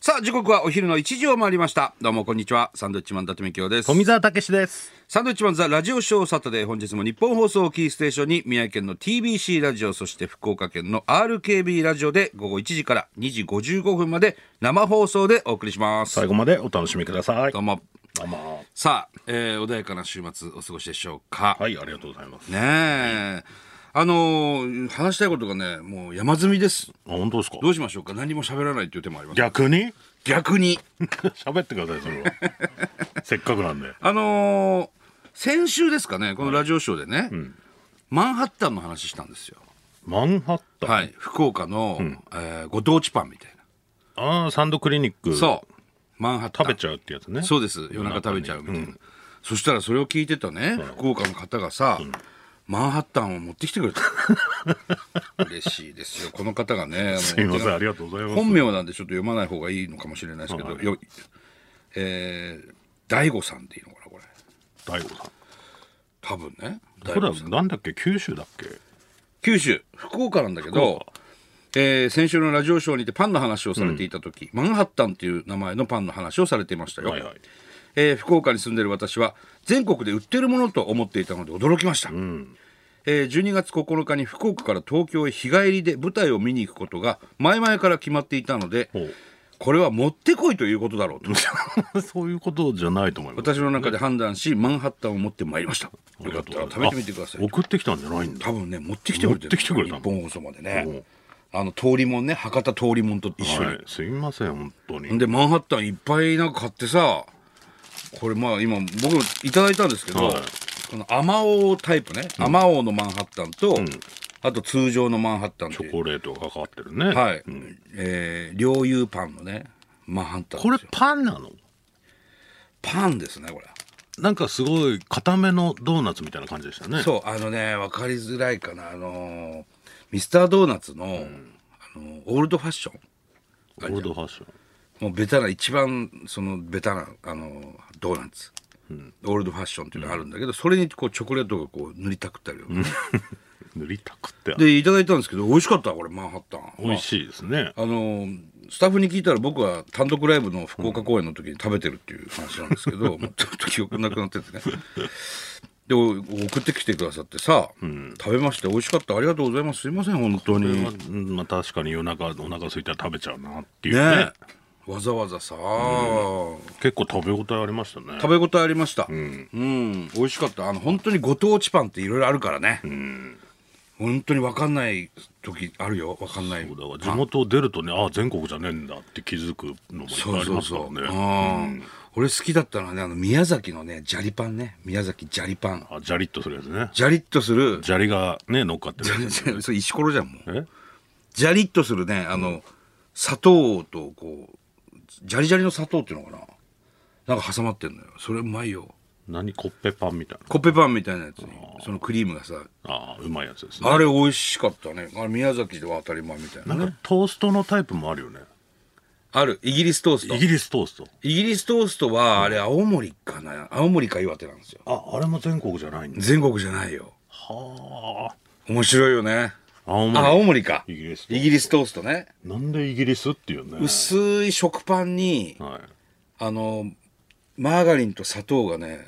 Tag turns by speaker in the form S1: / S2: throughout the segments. S1: さあ時刻はお昼の1時を回りましたどうもこんにちはサンドウィッチマン伊達美京です
S2: 富澤たけしです
S1: サンドウィッチマンザラジオショーサタデー本日も日本放送をキーステーションに宮城県の TBC ラジオそして福岡県の RKB ラジオで午後1時から2時55分まで生放送でお送りします、
S2: 最後までお楽しみください
S1: どうも
S2: どうも
S1: さあ、えー穏やかな週末お過ごしでしょうか、
S2: はいありがとうございます、
S1: ねえあのー話したいことがねもう山積みです
S2: あ本当ですか
S1: どうしましょうか何も喋らないという手もあります
S2: 逆に
S1: 逆に
S2: 喋ってくださいそれは せっかくなんで
S1: あのー先週ですかねこのラジオショーでね、マンハッタンの話したんですよ
S2: マンハッタン、
S1: はい福岡の、えーご当地パンみたいな
S2: ああサンドクリニック
S1: そうマンハッタン
S2: 食べちゃうってやつね
S1: そうです夜中食べちゃうみたいな、そしたらそれを聞いてたね、福岡の方がさ、マンハッタンを持ってきてくれた 嬉しいですよこの方がねあの
S2: すいませんありがとうございます
S1: 本名なんでちょっと読まない方がいいのかもしれないですけど、よえー、大悟さんでいいのかなこれ
S2: 大悟さん
S1: 多分ね
S2: これはなんだっけ九州だっけ
S1: 九州福岡なんだけど、えー先週のラジオショーにてパンの話をされていた時、マンハッタンっていう名前のパンの話をされていましたよ、
S2: はいはい
S1: えー福岡に住んでる私は全国で売ってるものと思っていたので驚きました、えー12月9日に福岡から東京へ日帰りで舞台を見に行くことが前々から決まっていたので
S2: ほ
S1: これは持ってこいということだろうと
S2: う そういうことじゃないと思います
S1: 私の中で判断しマンハッタンを持ってまいりました
S2: ありがとうございます
S1: 食べてみてください
S2: あ送ってきたんじゃないんだ
S1: 多分ね持ってきてくれてる
S2: 持ってきてくれた
S1: 日本放送までねあの通りもんね博多通りもんと一緒に、
S2: はい、すいません本当に
S1: でマンハッタンいっぱいなんか買ってさこれまあ今僕もいただいたんですけど、
S2: はい
S1: このアマオタイプね、アマオのマンハッタンと、あと通常のマンハッタン
S2: チ
S1: とい
S2: ョ
S1: う
S2: コレートがかかってるね、
S1: はい、えー、両友パンのねマンハッタンです
S2: こ
S1: よ
S2: れパンなの
S1: パンですねこれ、
S2: なんかすごい固めのドーナツみたいな感じでしたね
S1: そうあのね分かりづらいかなあのーミスタードーナツの、あのーオールドファッション
S2: オールドファッション
S1: もうベタな一番そのベタなあのドーナツ、オールドファッションっていうのがあるんだけど、それにこうチョコレートがこう塗りたくってあるよ、
S2: 塗りたくってある
S1: でいただいたんですけど美味しかったこれマンハッタン
S2: 美味しいですね
S1: あのスタッフに聞いたら僕は単独ライブの福岡公演の時に食べてるっていう話なんですけ ど、もうちょっと記憶なくなっててねでお送ってきてくださってさ、食べまして美味しかったありがとうございますすいません本当に
S2: まあうんまあ、確かに夜中お腹空いたら食べちゃうなっていうね
S1: ねわざわざさ、
S2: 結構食べ応えありましたね
S1: 食べ応えありましたうん、美味しかったあの本当にご当地パンっていろいろあるからね、本当に分かんない時あるよ分かんない
S2: だから地元を出るとねああ全国じゃねえんだって気づくのもいっぱいありますからね
S1: うん俺好きだったのはねあの宮崎のね砂利パンね宮崎砂利パン
S2: あジャリッとするやつね
S1: ジャリッとする
S2: 砂利がね乗っかってる
S1: それ石ころじゃんもう
S2: え
S1: ジャリッとするねあの、砂糖とこうジャリジャリの砂糖っていうのかななんか挟まってんのよそれうまいよ
S2: 何コッペパンみたいな
S1: コッペパンみたいなやつにそのクリームがさ
S2: ああうまいやつですね
S1: あれ美味しかったね。あれ宮崎では当たり前みたいな
S2: な
S1: ね。
S2: んかトーストのタイプもあるよね
S1: ある、イギリストースト。
S2: イギリストースト
S1: イギリストーストは、あれ青森かな。青森か岩手なんですよ。
S2: ああれも全国じゃないんだ
S1: 全国じゃないよ。
S2: は
S1: 面白いよね。
S2: あ青
S1: あ、
S2: 森
S1: 青森か。
S2: イギリストースト
S1: イギリストーストね。
S2: なんでイギリスっていうね
S1: 薄い食パンに、
S2: はい
S1: あの、マーガリンと砂糖がね、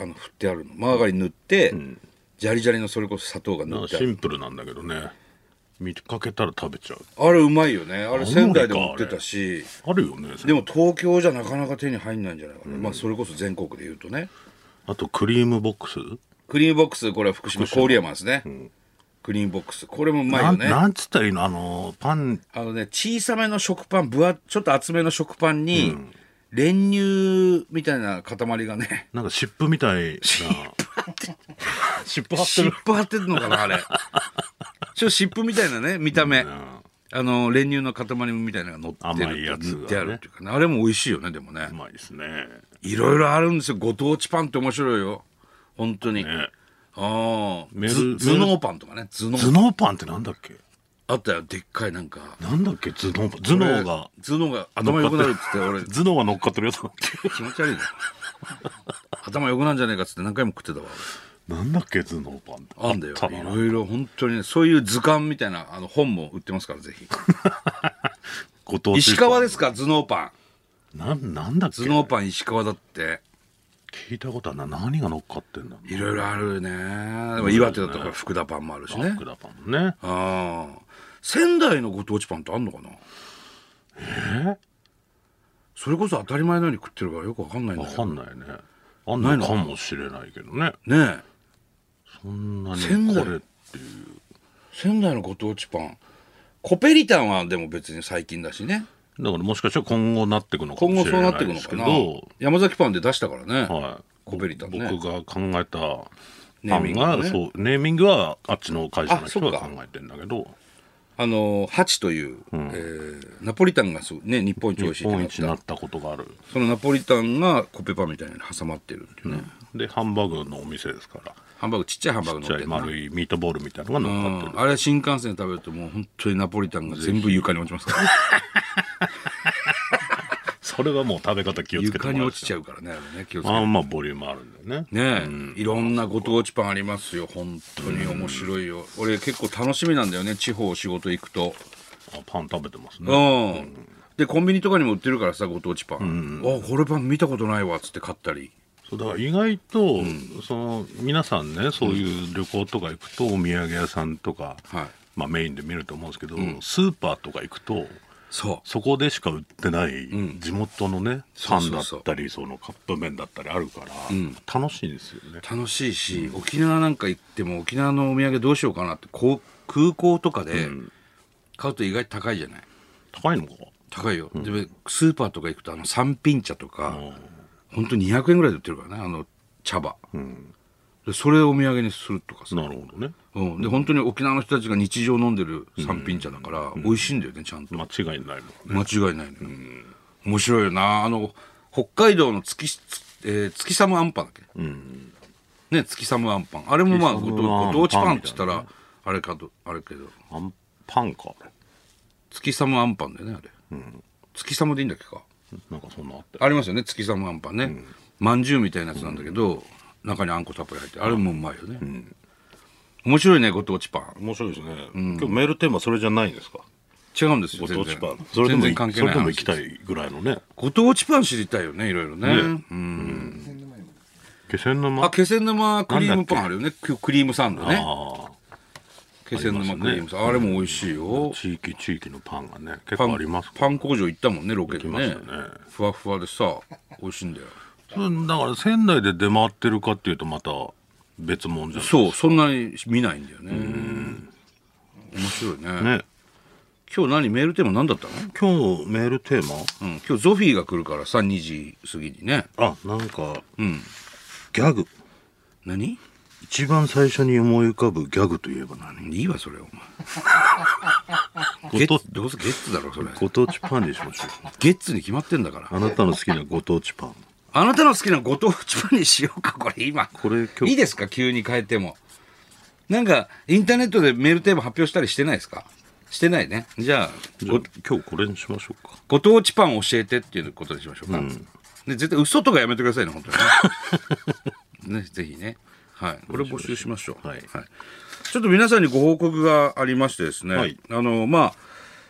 S1: あの、振ってあるの。マーガリン塗って、ジャリジャリのそれこそ砂糖が塗
S2: な
S1: っ
S2: ん
S1: て
S2: か
S1: あ
S2: シ
S1: る。
S2: ンプルなんだけどね見かけたら食べちゃう
S1: あれうまいよね。あれ
S2: 青森か
S1: 仙台でも売ってたし。
S2: あるよね
S1: でも東京じゃなかなか手に入んないんじゃないかな、まあそれこそ全国で言うとね
S2: あとクリームボックス、
S1: クリームボックスこれは福島郡山ですね、クリームボックスこれもうまいよ
S2: なん
S1: ね
S2: なんつったらいいのあのパン
S1: あのね小さめの食パン分厚ちょっと厚めの食パンに、練乳みたいな塊がね
S2: なんか湿布みたいな 湿布貼って
S1: 湿
S2: る
S1: 布張ってるのかなあれちょっと湿布みたいなね見た目、あの練乳の塊みたいなのが乗ってる
S2: 甘いやつがね
S1: 塗ってあるっていうかねあれも美味しいよねでもね
S2: うまいですね
S1: いろいろあるんですよご当地パンって面白いよ本当に、
S2: ね
S1: ああ
S2: メ
S1: ず
S2: ル
S1: 頭脳パンとかね頭
S2: 頭
S1: 脳
S2: 脳パンってなんだっけ
S1: あったよでっかいなんか
S2: なんだっけ頭脳パン頭脳が
S1: 頭脳が頭良くなるっつって俺
S2: 頭脳が乗っかってるやつだっけ
S1: 気持ち悪いな頭良くなんじゃねえかっつって何回も食ってたわ
S2: なんだっけ頭脳パンって
S1: 俺あんだよ
S2: った
S1: い
S2: な
S1: ろいろ本当にねそういう図鑑みたいなあの本も売ってますからぜひ
S2: ご当地
S1: 石川ですか頭脳パ
S2: なんなんだっけ
S1: ン頭脳パン石川だって
S2: 聞いたことはな何が乗っかってんだろう
S1: いろいろあるねでも岩手だとか福田パンもあるしね
S2: 福田パンもね
S1: ああ仙台のご当地パンってあんのかな
S2: え
S1: それこそ当たり前のように食ってるからよくわかんないんだ
S2: わ
S1: け
S2: か
S1: ど
S2: んないねあんのかもしれないけどね
S1: ねえ
S2: そんなに
S1: 仙台
S2: これ
S1: 仙台のご当地パンコペリタンはでも別に最近だしね
S2: だからもしかしたら今後なっていくのか
S1: 今
S2: も
S1: 後
S2: し
S1: そう
S2: れな
S1: なって
S2: い
S1: いく
S2: で
S1: の
S2: す
S1: か
S2: け
S1: な
S2: ど
S1: 山崎パンで出したからね、
S2: はい
S1: コペリタンね
S2: 僕が考えた
S1: ネ
S2: パ
S1: ーミン
S2: ン
S1: グね
S2: がそうネーミングはあっちの会社の人
S1: あ
S2: が
S1: そ
S2: 考
S1: っ
S2: えてんだけど
S1: あのハチという、えーナポリタンがすごいね日本一美味し
S2: 日
S1: いって
S2: 本
S1: なっ
S2: 一にな
S1: た
S2: ったことがある
S1: そのナポリタンがコペパンみたいなのに挟まってるっていうね、
S2: でハンバーグのお店ですから
S1: ハンバーグちっちゃいハンバーグ
S2: ち
S1: 乗っ
S2: っ
S1: て
S2: ちゃい
S1: るな
S2: 丸いミートボールみたいなのが
S1: う
S2: 乗っかって
S1: んあれは新幹線で食べるともう本当にナポリタンが全部床に落ちますから
S2: るそれはもう食べ方気をつけて
S1: 床
S2: も
S1: に
S2: らう
S1: 落ちちゃうからねあれね気をつけて
S2: ああまあボリュームあるんだよね
S1: ねえ、いろんなご当地パンありますよ本当に面白いよ、俺結構楽しみなんだよね地方仕事行くと
S2: あパン食べてます
S1: う
S2: ね
S1: ん、でコンビニとかにも売ってるからさご当地パン、あこれパン見たことないわっつって買ったり
S2: そうだから意外と、その皆さんねそういう旅行とか行くとお土産屋さんとか、
S1: はい
S2: まあ、メインで見ると思うんですけど、スーパーとか行くと
S1: そ
S2: そこでしか売ってない地元のね、
S1: そ
S2: パ
S1: うそう
S2: ンだ
S1: そう
S2: ったりそのカップ麺だったりあるから、楽しいんですよね
S1: う楽しいし、沖縄なんか行っても沖縄のお土産どうしようかなってこう空港とかで買うと意外と高いじゃない
S2: 高いのか
S1: 高いよ、でスーパーとか行くとあの三品茶とか、
S2: ん
S1: 本当に200円ぐらいで売ってるからねあの茶葉、でそれをお土産にするとかさ、
S2: なるほどね
S1: うん、で本当に沖縄の人たちが日常飲んでる三品茶だから、美味しいんだよねちゃんと、
S2: 間違いないもん
S1: 間違いないね、面白いよなあの北海道の月し、えー月寒あんぱんだっけ、ね月寒あんぱんあれもまあ
S2: 月
S1: ご
S2: 寒
S1: 当
S2: あんぱん
S1: ご当地パンっつったらあれかとあれけど
S2: あんパンかあれ
S1: 月寒あんぱんだよねあれ、月寒でいいんだっけか
S2: なんかそんなあって
S1: ありますよね月寒あんぱんね、まんじゅうみたいなやつなんだけど、中にあんこたっぷり入ってあれもうまいよね、面白いねご当地パン
S2: 面白いですね、今日メールテーマそれじゃないんですか
S1: 違うんですよ
S2: ご当地パ
S1: 全
S2: ン
S1: 然
S2: それで
S1: 全
S2: も
S1: 然関係
S2: そ
S1: な
S2: れ
S1: い
S2: でも
S1: 話
S2: 行きたいぐらいのね
S1: ご当地パン知りたいよねいろいろねうん
S2: 気仙沼
S1: あ気仙沼クリームパンあるよねククリームサンドね
S2: あ
S1: 気仙沼クリームサンドあ,、れも美味しいよ
S2: あ地域地域のパンがね結
S1: パ
S2: 構
S1: ン
S2: あります
S1: パン工場行ったもんねロケでね
S2: 行きましたね
S1: ふわふわでさ美味しいんだよ
S2: うんだから仙台で出回ってるかっていうとまた別物じゃん
S1: そうそんなに見ないんだよね面白いね
S2: ね
S1: 今日何メールテーマ何だったの、
S2: 今日メールテーマ
S1: うん、今日ゾフィーが来るからさ2時過ぎにね
S2: あなんか、
S1: ん
S2: ギャグ
S1: 何
S2: 一番最初に思い浮かぶギャグといえば何
S1: いいわそれお前ゲ
S2: ご
S1: ッ
S2: と
S1: ツどうせゲッツだろそれ
S2: ご当地パンにしましょう
S1: ゲッツに決まってんだから
S2: あなたの好きなご当地パン
S1: あなたの好きなご当地パンにしようか、これ今。
S2: これ今日
S1: いいですか、急に変えても。なんか、インターネットでメールテーマ発表したりしてないですかしてないね。じゃあ、
S2: じゃあ
S1: ご
S2: 今日これにしましょうか
S1: ご当地パン教えてっていうことにしましょうか。で絶対嘘とかやめてくださいね、本当にね。ね、 ぜひね。はい。これ募集しましょう。
S2: はい
S1: ちょっと皆さんにご報告がありましてですね、
S2: はい
S1: あの、まあ、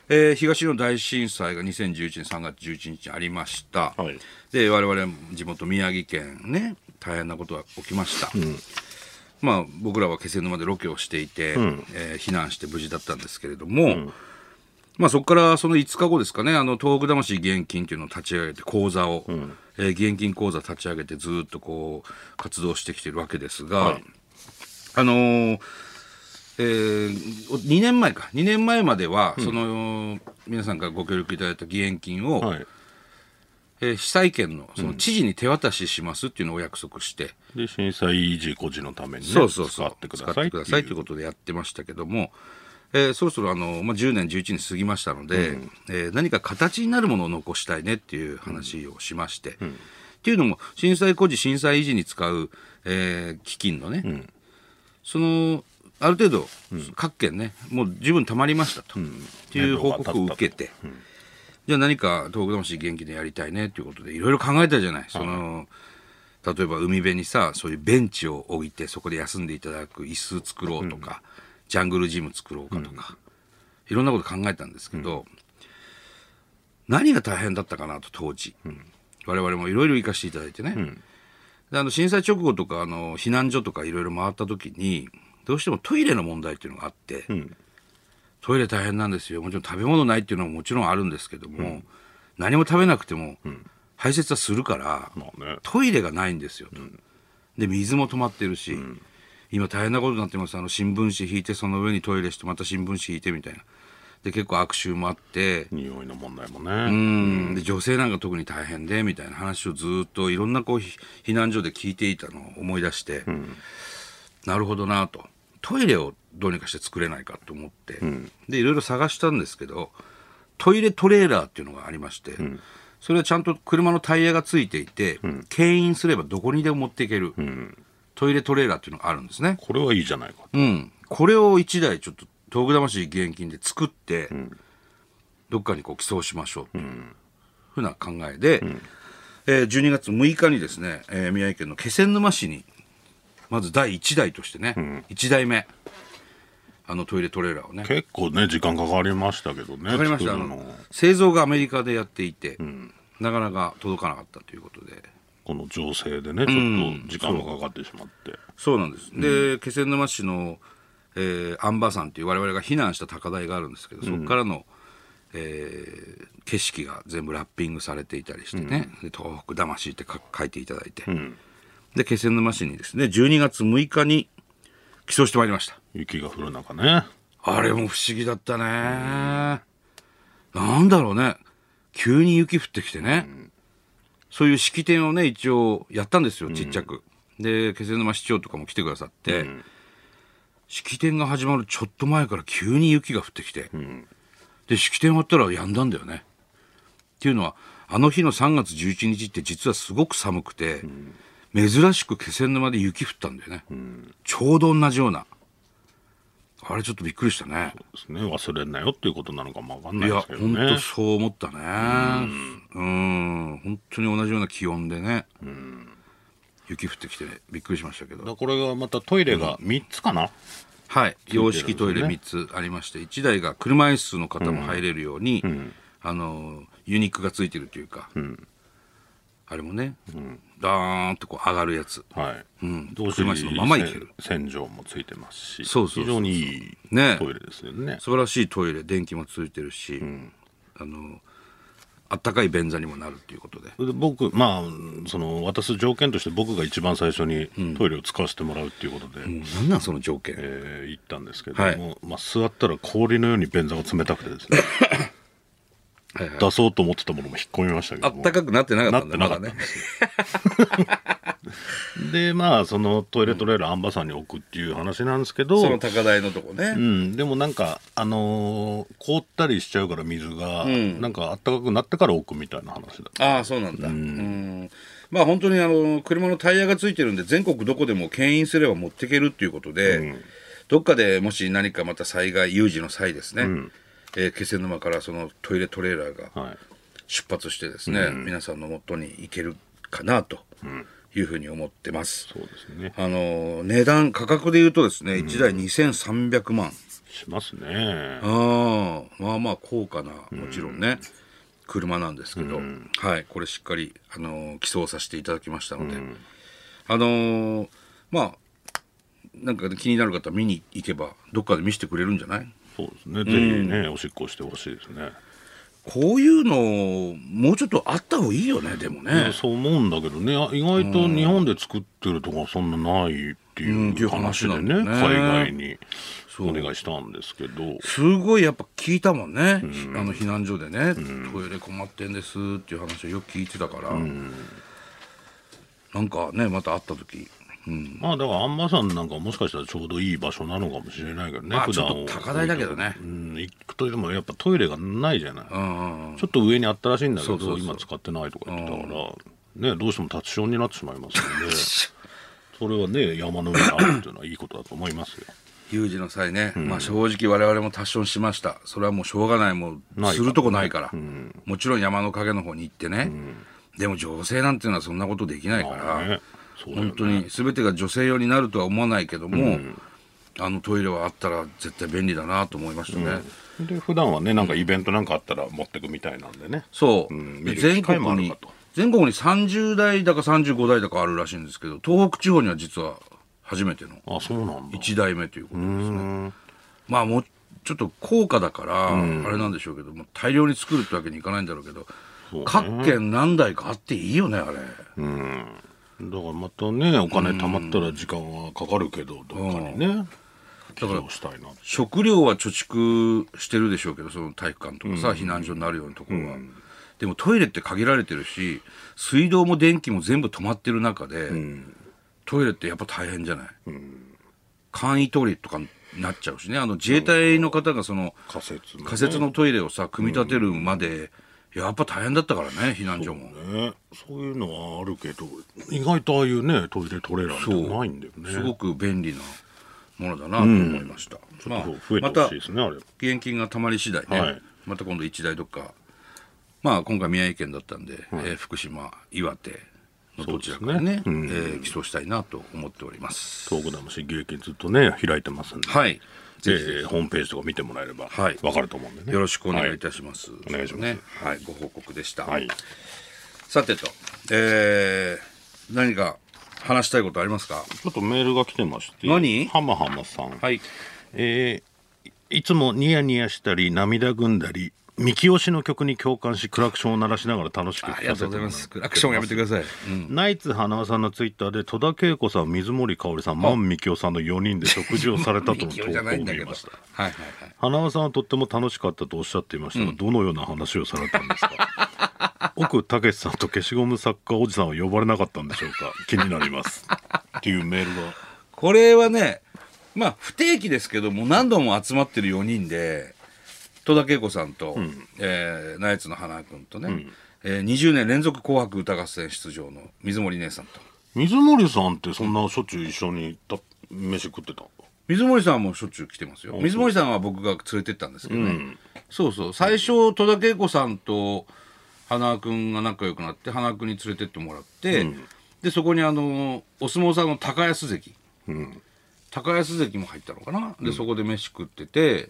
S1: えー東日本大震災が2011年3月11日にありました。
S2: はい
S1: で我々地元宮城県ね大変なことが起きました、まあ僕らは気仙沼でロケをしていて、えー避難して無事だったんですけれども、まあそこからその5日後ですかねあの東北魂義援金というのを立ち上げて講座を、えー義援金講座立ち上げてずっとこう活動してきてるわけですが、
S2: はい
S1: あのーえ2年前か2年前までは、その皆さんからご協力いただいた義援金を、
S2: はい
S1: えー被災県のその知事に手渡ししますっていうのをお約束して、
S2: で震災維持孤児のためにね
S1: そうそうそう
S2: 使ってください
S1: 使ってくださいということでやってましたけども、えーそろそろあの、まあ、10年11年過ぎましたので、えー何か形になるものを残したいねっていう話をしまして、っていうのも震災孤児震災維持に使う、えー基金のね、そのある程度、各県ねもう十分たまりましたと、っていう報告を受けて、じゃあ何か東北魂元気でやりたいねということでいろいろ考えたじゃない。その、例えば海辺にさそういうベンチを置いてそこで休んでいただく椅子作ろうとか、ジャングルジム作ろうかとか、いろんなこと考えたんですけど、何が大変だったかなと当時、我々もいろいろ行かせていただいてね、であの震災直後とかあの避難所とかいろいろ回った時にどうしてもトイレの問題っていうのがあって、トイレ大変なんですよもちろん食べ物ないっていうのももちろんあるんですけども、何も食べなくても排泄はするから、
S2: まあね。
S1: トイレがないんですよと、で水も止まってるし、今大変なことになってますあの新聞紙引いてその上にトイレしてまた新聞紙引いてみたいなで結構悪臭もあって、
S2: 匂いの問題も
S1: う
S2: ね。
S1: んで女性なんか特に大変でみたいな話をずっといろんなこうひ避難所で聞いていたのを思い出して、なるほどなとトイレをどうにかして作れないかと思って、でいろいろ探したんですけどトイレトレーラーっていうのがありまして、それはちゃんと車のタイヤがついていて、牽引すればどこにでも持っていける、トイレトレーラーっていうのがあるんですね。
S2: これはいいじゃないか。
S1: うん、これを1台ちょっと東北魂義援金で作って、どっかにこう寄贈しましょうというふうな考えで、えー12月6日にですね、えー宮城県の気仙沼市にまず第1台としてね、1台目あのトイレトレーラーをね
S2: 結構ね、時間かかりましたけどね。
S1: わかりましたあ
S2: 作る
S1: の
S2: の。
S1: 製造がアメリカでやっていて、なかなか届かなかったということで
S2: この情勢でね、ちょっと時間がかかってしまって。
S1: そうなんです、で気仙沼市の、えー、安波山という我々が避難した高台があるんですけど、そこからの、えー景色が全部ラッピングされていたりしてね「で東北魂」って書書いていただいて、で気仙沼市にですね12月6日に寄贈してまいりました
S2: 雪が降る中ね。
S1: あれも不思議だったね、なんだろうね急に雪降ってきてね、そういう式典をね一応やったんですよちっちゃく、で気仙沼市長とかも来てくださって、式典が始まるちょっと前から急に雪が降ってきて、で式典終わったらやんだんだよねっていうのはあの日の3月11日って実はすごく寒くて、珍しく気仙沼で雪降ったんだよね、ちょうど同じようなあれちょっとびっくりしたね
S2: ですね。忘れんなよっていうことなのかもわかんないいで
S1: や、
S2: すけど
S1: 本当
S2: ね。
S1: そう思ったね。うん、本当に同じような気温でね。雪降ってきて、びっくりしましたけ
S2: だ
S1: ど。
S2: これがまたトイレが3つかな、
S1: はい、洋式トイレ
S2: ついてるん
S1: 3つありまして、1台が車椅子の方も入れるように、あのユニックがついてるというか、あれもね、ダーンとこう上がるやつ。
S2: はい。
S1: ん
S2: 同
S1: 車椅子のまま行ける
S2: 洗浄もついてますし、
S1: そうそうそうそう
S2: 非常にいい
S1: ね
S2: トイレですよね。
S1: 素晴らしいトイレ、電気もついてるし、あのあったかい便座にもなるということで。
S2: それで僕、まあ、その渡す条件として僕が一番最初にトイレを使わせてもらうっていうことで、
S1: もうなんなんその条件。
S2: えー行ったんですけども、
S1: はい
S2: まあ、座ったら氷のように便座が冷たくてですね
S1: はいはい
S2: 出そうと思ってたものも引っ込みましたけ
S1: あ
S2: ど
S1: っ
S2: も
S1: たかくなってなかったんだ
S2: な
S1: ま
S2: ってなか
S1: だ
S2: ったん
S1: ね
S2: で。でまあそのトイレトレーラーアンバサーに置くっていう話なんですけど、
S1: その高台のとこ
S2: う
S1: ね。
S2: ん、でもなんか、あのー凍ったりしちゃうから水が、なんかあったかくなってから置くみたいな話だ
S1: ああ、そうなんだ。うん。まあ本当にあの、車のタイヤがついてるんで、全国どこでも牽引すれば持っていけるっていうことで、どっかでもし何かまた災害、有事の際ですね、えー気仙沼からそのトイレトレーラーが
S2: はい、
S1: 出発してですね、皆さんの元に行けるかなというふうに思ってます。
S2: そうですね
S1: あの、値段、価格で言うとですね、1台2300万。
S2: しますね
S1: ああまあまあ高価なもちろんね、車なんですけど、はいこれしっかり、あのー寄贈させていただきましたので、あのーまあなんかね気になる方は見に行けばどっかで見せてくれるんじゃない
S2: そうですねぜひね、おしっこしてほしいですね
S1: こういうのもうちょっとあった方がいいよねでも
S2: いや
S1: ね。
S2: そう思うんだけどねあ意外と日本で作ってるとこはそんなないって
S1: うんってい
S2: いうう
S1: 話
S2: 話
S1: な
S2: で
S1: ん
S2: ね,、
S1: だね
S2: 海外に
S1: そう
S2: お願いしたんですけど
S1: すごいやっぱ聞いたもんね、あの避難所でね、トイレ困ってんですっていう話をよく聞いてたから、なんかねまた会った時、うん、
S2: まあだからアンバさんなんかもしかしたらちょうどいい場所なのかもしれないけどね、
S1: まあ
S2: 普段
S1: ちょっと高台だけどね
S2: うん、行くとでもやっぱトイレがないじゃない、
S1: うんうんうん
S2: ちょっと上にあったらしいんだけど
S1: そうそうそう
S2: 今使ってないとか言ってたから、ね、どうしても立ちションになってしまいます のでそれはね山の上にあるっていうのはいいことだと思いますよ
S1: 有事の際ね、まあ正直我々も達成しましたそれはもうしょうがないもう
S2: ないから
S1: するとこないからもちろん山の陰の方に行ってね、でも女性なんていうのはそんなことできないから、
S2: まあねそうだよね
S1: 本当に全てが女性用になるとは思わないけども、あのトイレはあったら絶対便利だなと思いましたね、
S2: で普段はねなんかイベントなんかあったら持ってくみたいなんでね、
S1: そう、
S2: うん
S1: で
S2: 見る
S1: 全
S2: 機
S1: 国
S2: 会もある
S1: に
S2: かと
S1: 全国に30台だか35台だかあるらしいんですけど東北地方には実は初めての
S2: あそうなんだ
S1: 1台目ということで
S2: う
S1: すね
S2: ん
S1: まあもうちょっと高価だから、あれなんでしょうけども大量に作るってわけにいかないんだろうけど
S2: そうね
S1: 各県何台かあっていいよねあれ
S2: だからまたねお金貯まったら時間はかかるけどどっかにね寄
S1: から
S2: 贈したいなって
S1: 食料は貯蓄してるでしょうけどその体育館とかさ、避難所になるようなところは、でもトイレって限られてるし水道も電気も全部止まってる中で、トイレってやっぱ大変じゃない、簡易トイレとかになっちゃうしねあの自衛隊の方がその
S2: 仮説もね
S1: 仮設のトイレをさ組み立てるまで、やっぱ大変だったからね避難所も。
S2: ねそういうのはあるけど意外とああいうねトイレトレーラーってないんだよね
S1: すごく便利なものだなと思いました。まあ
S2: 増え
S1: ま
S2: てほ
S1: た
S2: しいですね、あれ
S1: 義援金がたまり次第ね、
S2: はい
S1: また今度一台どっか、まあ、今回宮城県だったんで、えー福島岩手のどちらかにね
S2: そう
S1: えー寄贈したいなと思っております。
S2: 東北魂義援ずっとね開いてますんで、
S1: はい
S2: えーホームページとか見てもらえれば
S1: はい
S2: わかると思うんでね、
S1: よろしくお願いいたします。
S2: お願いします
S1: ね、はい、ご報告でした。
S2: はい
S1: さてと、えー何か話したいことありますか。
S2: ちょっとメールが来てまして
S1: 何
S2: ハマハマさん、
S1: はい。
S2: えーいいつもニヤニヤしたり涙ぐんだり三木しの曲に共感しクラクションを鳴らしながら楽しく聴か
S1: あり
S2: せてもら
S1: がとうございます。クラクションやめてください。うん
S2: ナイツ花輪さんのツイッターで戸田恵子さん水森かおりさん万みきおさんの4人で食事をされたとの投稿を
S1: じゃないんだけ
S2: 見
S1: ど。
S2: ま
S1: はい
S2: した
S1: はいはい。
S2: 花輪さんはとっても楽しかったとおっしゃっていましたが、どのような話をされたんですか 奥武さんと消しゴム作家おじさんは呼ばれなかったんでしょうか気になりますっていうメールが
S1: これはね、まあ不定期ですけども何度も集まってる4人で、戸田恵子さんと、えーナイツの花輪君とね、えー20年連続紅白歌合戦出場の水森姉さんと。
S2: 水森さんってそんなしょっちゅう一緒にた飯食ってた
S1: 水森さんもしょっちゅう来てますよ。水森さんは僕が連れてったんですけどね。そうそう。最初、戸田恵子さんと花輪君が仲良くなって、花輪君に連れてってもらって、で、そこにあの、お相撲さんの高安関。高安関も入ったのかな。で、そこで飯食ってて、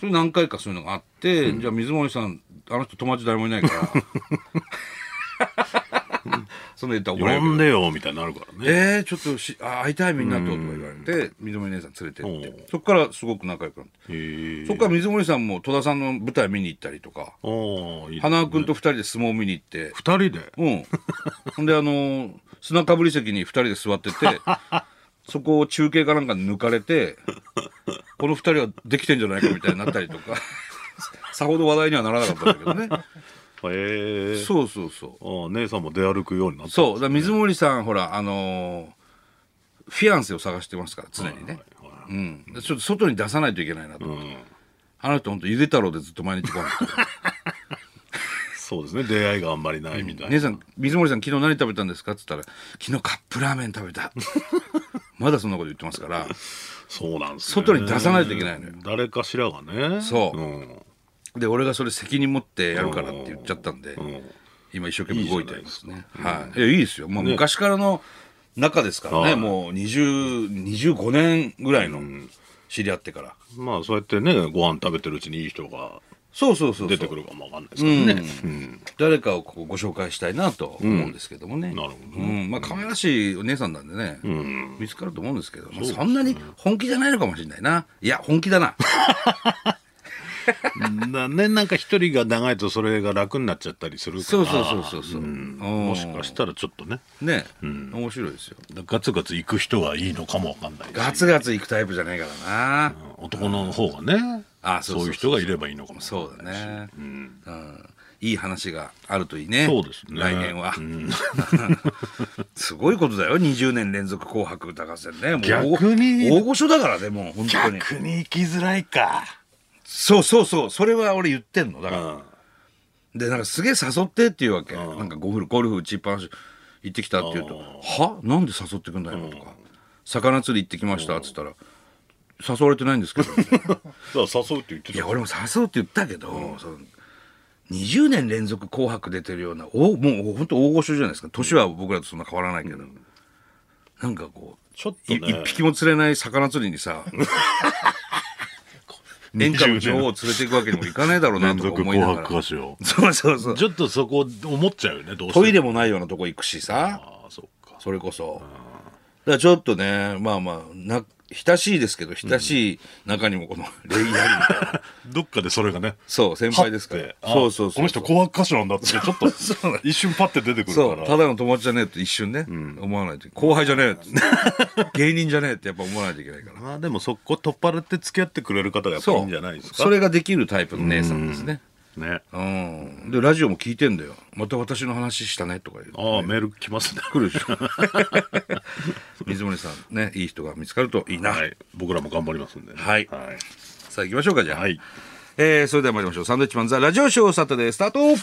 S1: それ何回かそういうのがあって、じゃあ水森さん、あの人友達誰もいない から。その言ったら怒られるけど
S2: 呼んでよみたいになるからね
S1: えー、ちょっとしあ会いたいみんなととか言われて水森姉さん連れてっ
S2: お
S1: てそっからすごく仲良くなって、
S2: へえ
S1: そっから水森さんも戸田さんの舞台見に行ったりとか
S2: ああいい
S1: 花輪君と2人で相撲見に行って、
S2: 二人で
S1: うんほんであのー砂かぶり席に2人で座って てそこを中継かなんか抜かれてこの2人はできてんじゃないかみたいになったりと かさほど話題にはならなかったんだけどね
S2: へえ
S1: そうそうそう
S2: ああ姉さんも出歩くようになった
S1: そうだから水森さんほらあのーフィアンセを探してますから常にね、
S2: は
S1: うん、ちょっと外に出さないといけないなと、
S2: いうん
S1: あの人本当ゆで太郎でずっと毎日ご飯食 べて
S2: そうですね出会いがあんまりないみたい
S1: た
S2: な、
S1: 姉さん水森さん昨日何食べたんですか?」っつったら「昨日カップラーメン食べた」まだそんなこと言ってますから
S2: そうなんですね
S1: 外に出さないといけないのよ
S2: 誰かしらがね
S1: そう
S2: うん
S1: で俺がそれ責任持ってやるからって言っちゃったんで、今一生懸命動いてありますねはい、いやいいですよ、まあ、昔からの仲ですからね
S2: はい
S1: もう20 25年ぐらいの知り合ってから、
S2: まあそうやってねご飯食べてるうちにいい人が
S1: そうそうそうそう
S2: 出てくるかもわかんないですからね、
S1: 誰かをこうご紹介したいなと思うんですけどもね、
S2: なるほど
S1: うん、まあ可愛らしいお姉さんなんでね、見つかると思うんですけど、まあ、そんなに本気じゃないのかもしれないないや本気だ な
S2: なねなんか一人が長いとそれが楽になっちゃったりするから
S1: そうそうそうそうそう、うん
S2: もしかしたらちょっとね
S1: ね、面白いですよ
S2: ガツガツ行く人がいいのかもわかんないし
S1: ガツガツ行くタイプじゃないからな、
S2: 男の方がね
S1: あそ
S2: そう
S1: うそう
S2: いう人がいればいいのかもわかんな
S1: そうだ
S2: い
S1: ね、うんいい話があるといいね
S2: そうですね
S1: 来年は、 すごいことだよ20年連続「紅白歌合戦ね」もう
S2: 逆に
S1: 大御所だからねもう本当に
S2: 逆に行きづらいか
S1: そうそうそうそれは俺言ってんのだ
S2: う
S1: から、
S2: ん
S1: でなんかすげえ誘ってっていうわけ、なんかゴルフゴルフ打ちっぱなし行ってきたって言うと「はなんで誘ってくんないの?」とか、魚釣り行ってきました」っつったら「誘われてないん ですけど」
S2: だから誘うって言って
S1: い
S2: た
S1: や俺も誘うって言ったけど、その20年連続「紅白」出てるようなおもう本当大御所じゃないですか年は僕らとそんな変わらないけど、なんかこう
S2: ちょっと
S1: い
S2: ね
S1: 一匹も釣れない魚釣りに さ演歌の女王を連れていくわけにもいかないだろうな
S2: 連
S1: とか
S2: 続
S1: 思いな
S2: 紅
S1: が
S2: 白
S1: ら
S2: 歌手 を
S1: そうそうそう
S2: ちょっとそこ思っちゃうよねどうしても
S1: トイレもないようなとこ行くしさ
S2: ああそっか
S1: それこそだからちょっとねまあまあな親しいですけど親しい中にもこの礼儀ありみ たいな、
S2: どっかでそれがね
S1: そう先輩ですか
S2: はっ
S1: ら
S2: てあ
S1: そうそうそう
S2: この人紅白歌手なんだってち ょっと一瞬パッて出てくる
S1: そ
S2: か
S1: う
S2: ら
S1: ただの友達じゃねえって一瞬ね、思わないと後輩じゃねえって 芸人じゃねえってやっぱ思わないといけないから
S2: まあでもそこ取っ払って付き合ってくれる方がやっぱいいんじゃないですか
S1: それができるタイプの姉さんですね
S2: ね
S1: うん、でラジオも聞いてんだよまた私の話したねとか言う
S2: ああメール来ますね
S1: 来るでしょ水森さんねいい人が見つかるといいなは、
S2: はいい僕らも頑張りますんでね
S1: はい
S2: はい
S1: さあ行きましょうかじゃあ、
S2: はい
S1: えーそれでは参りましょうサンドウィッチマンザラジオショーサタデースタート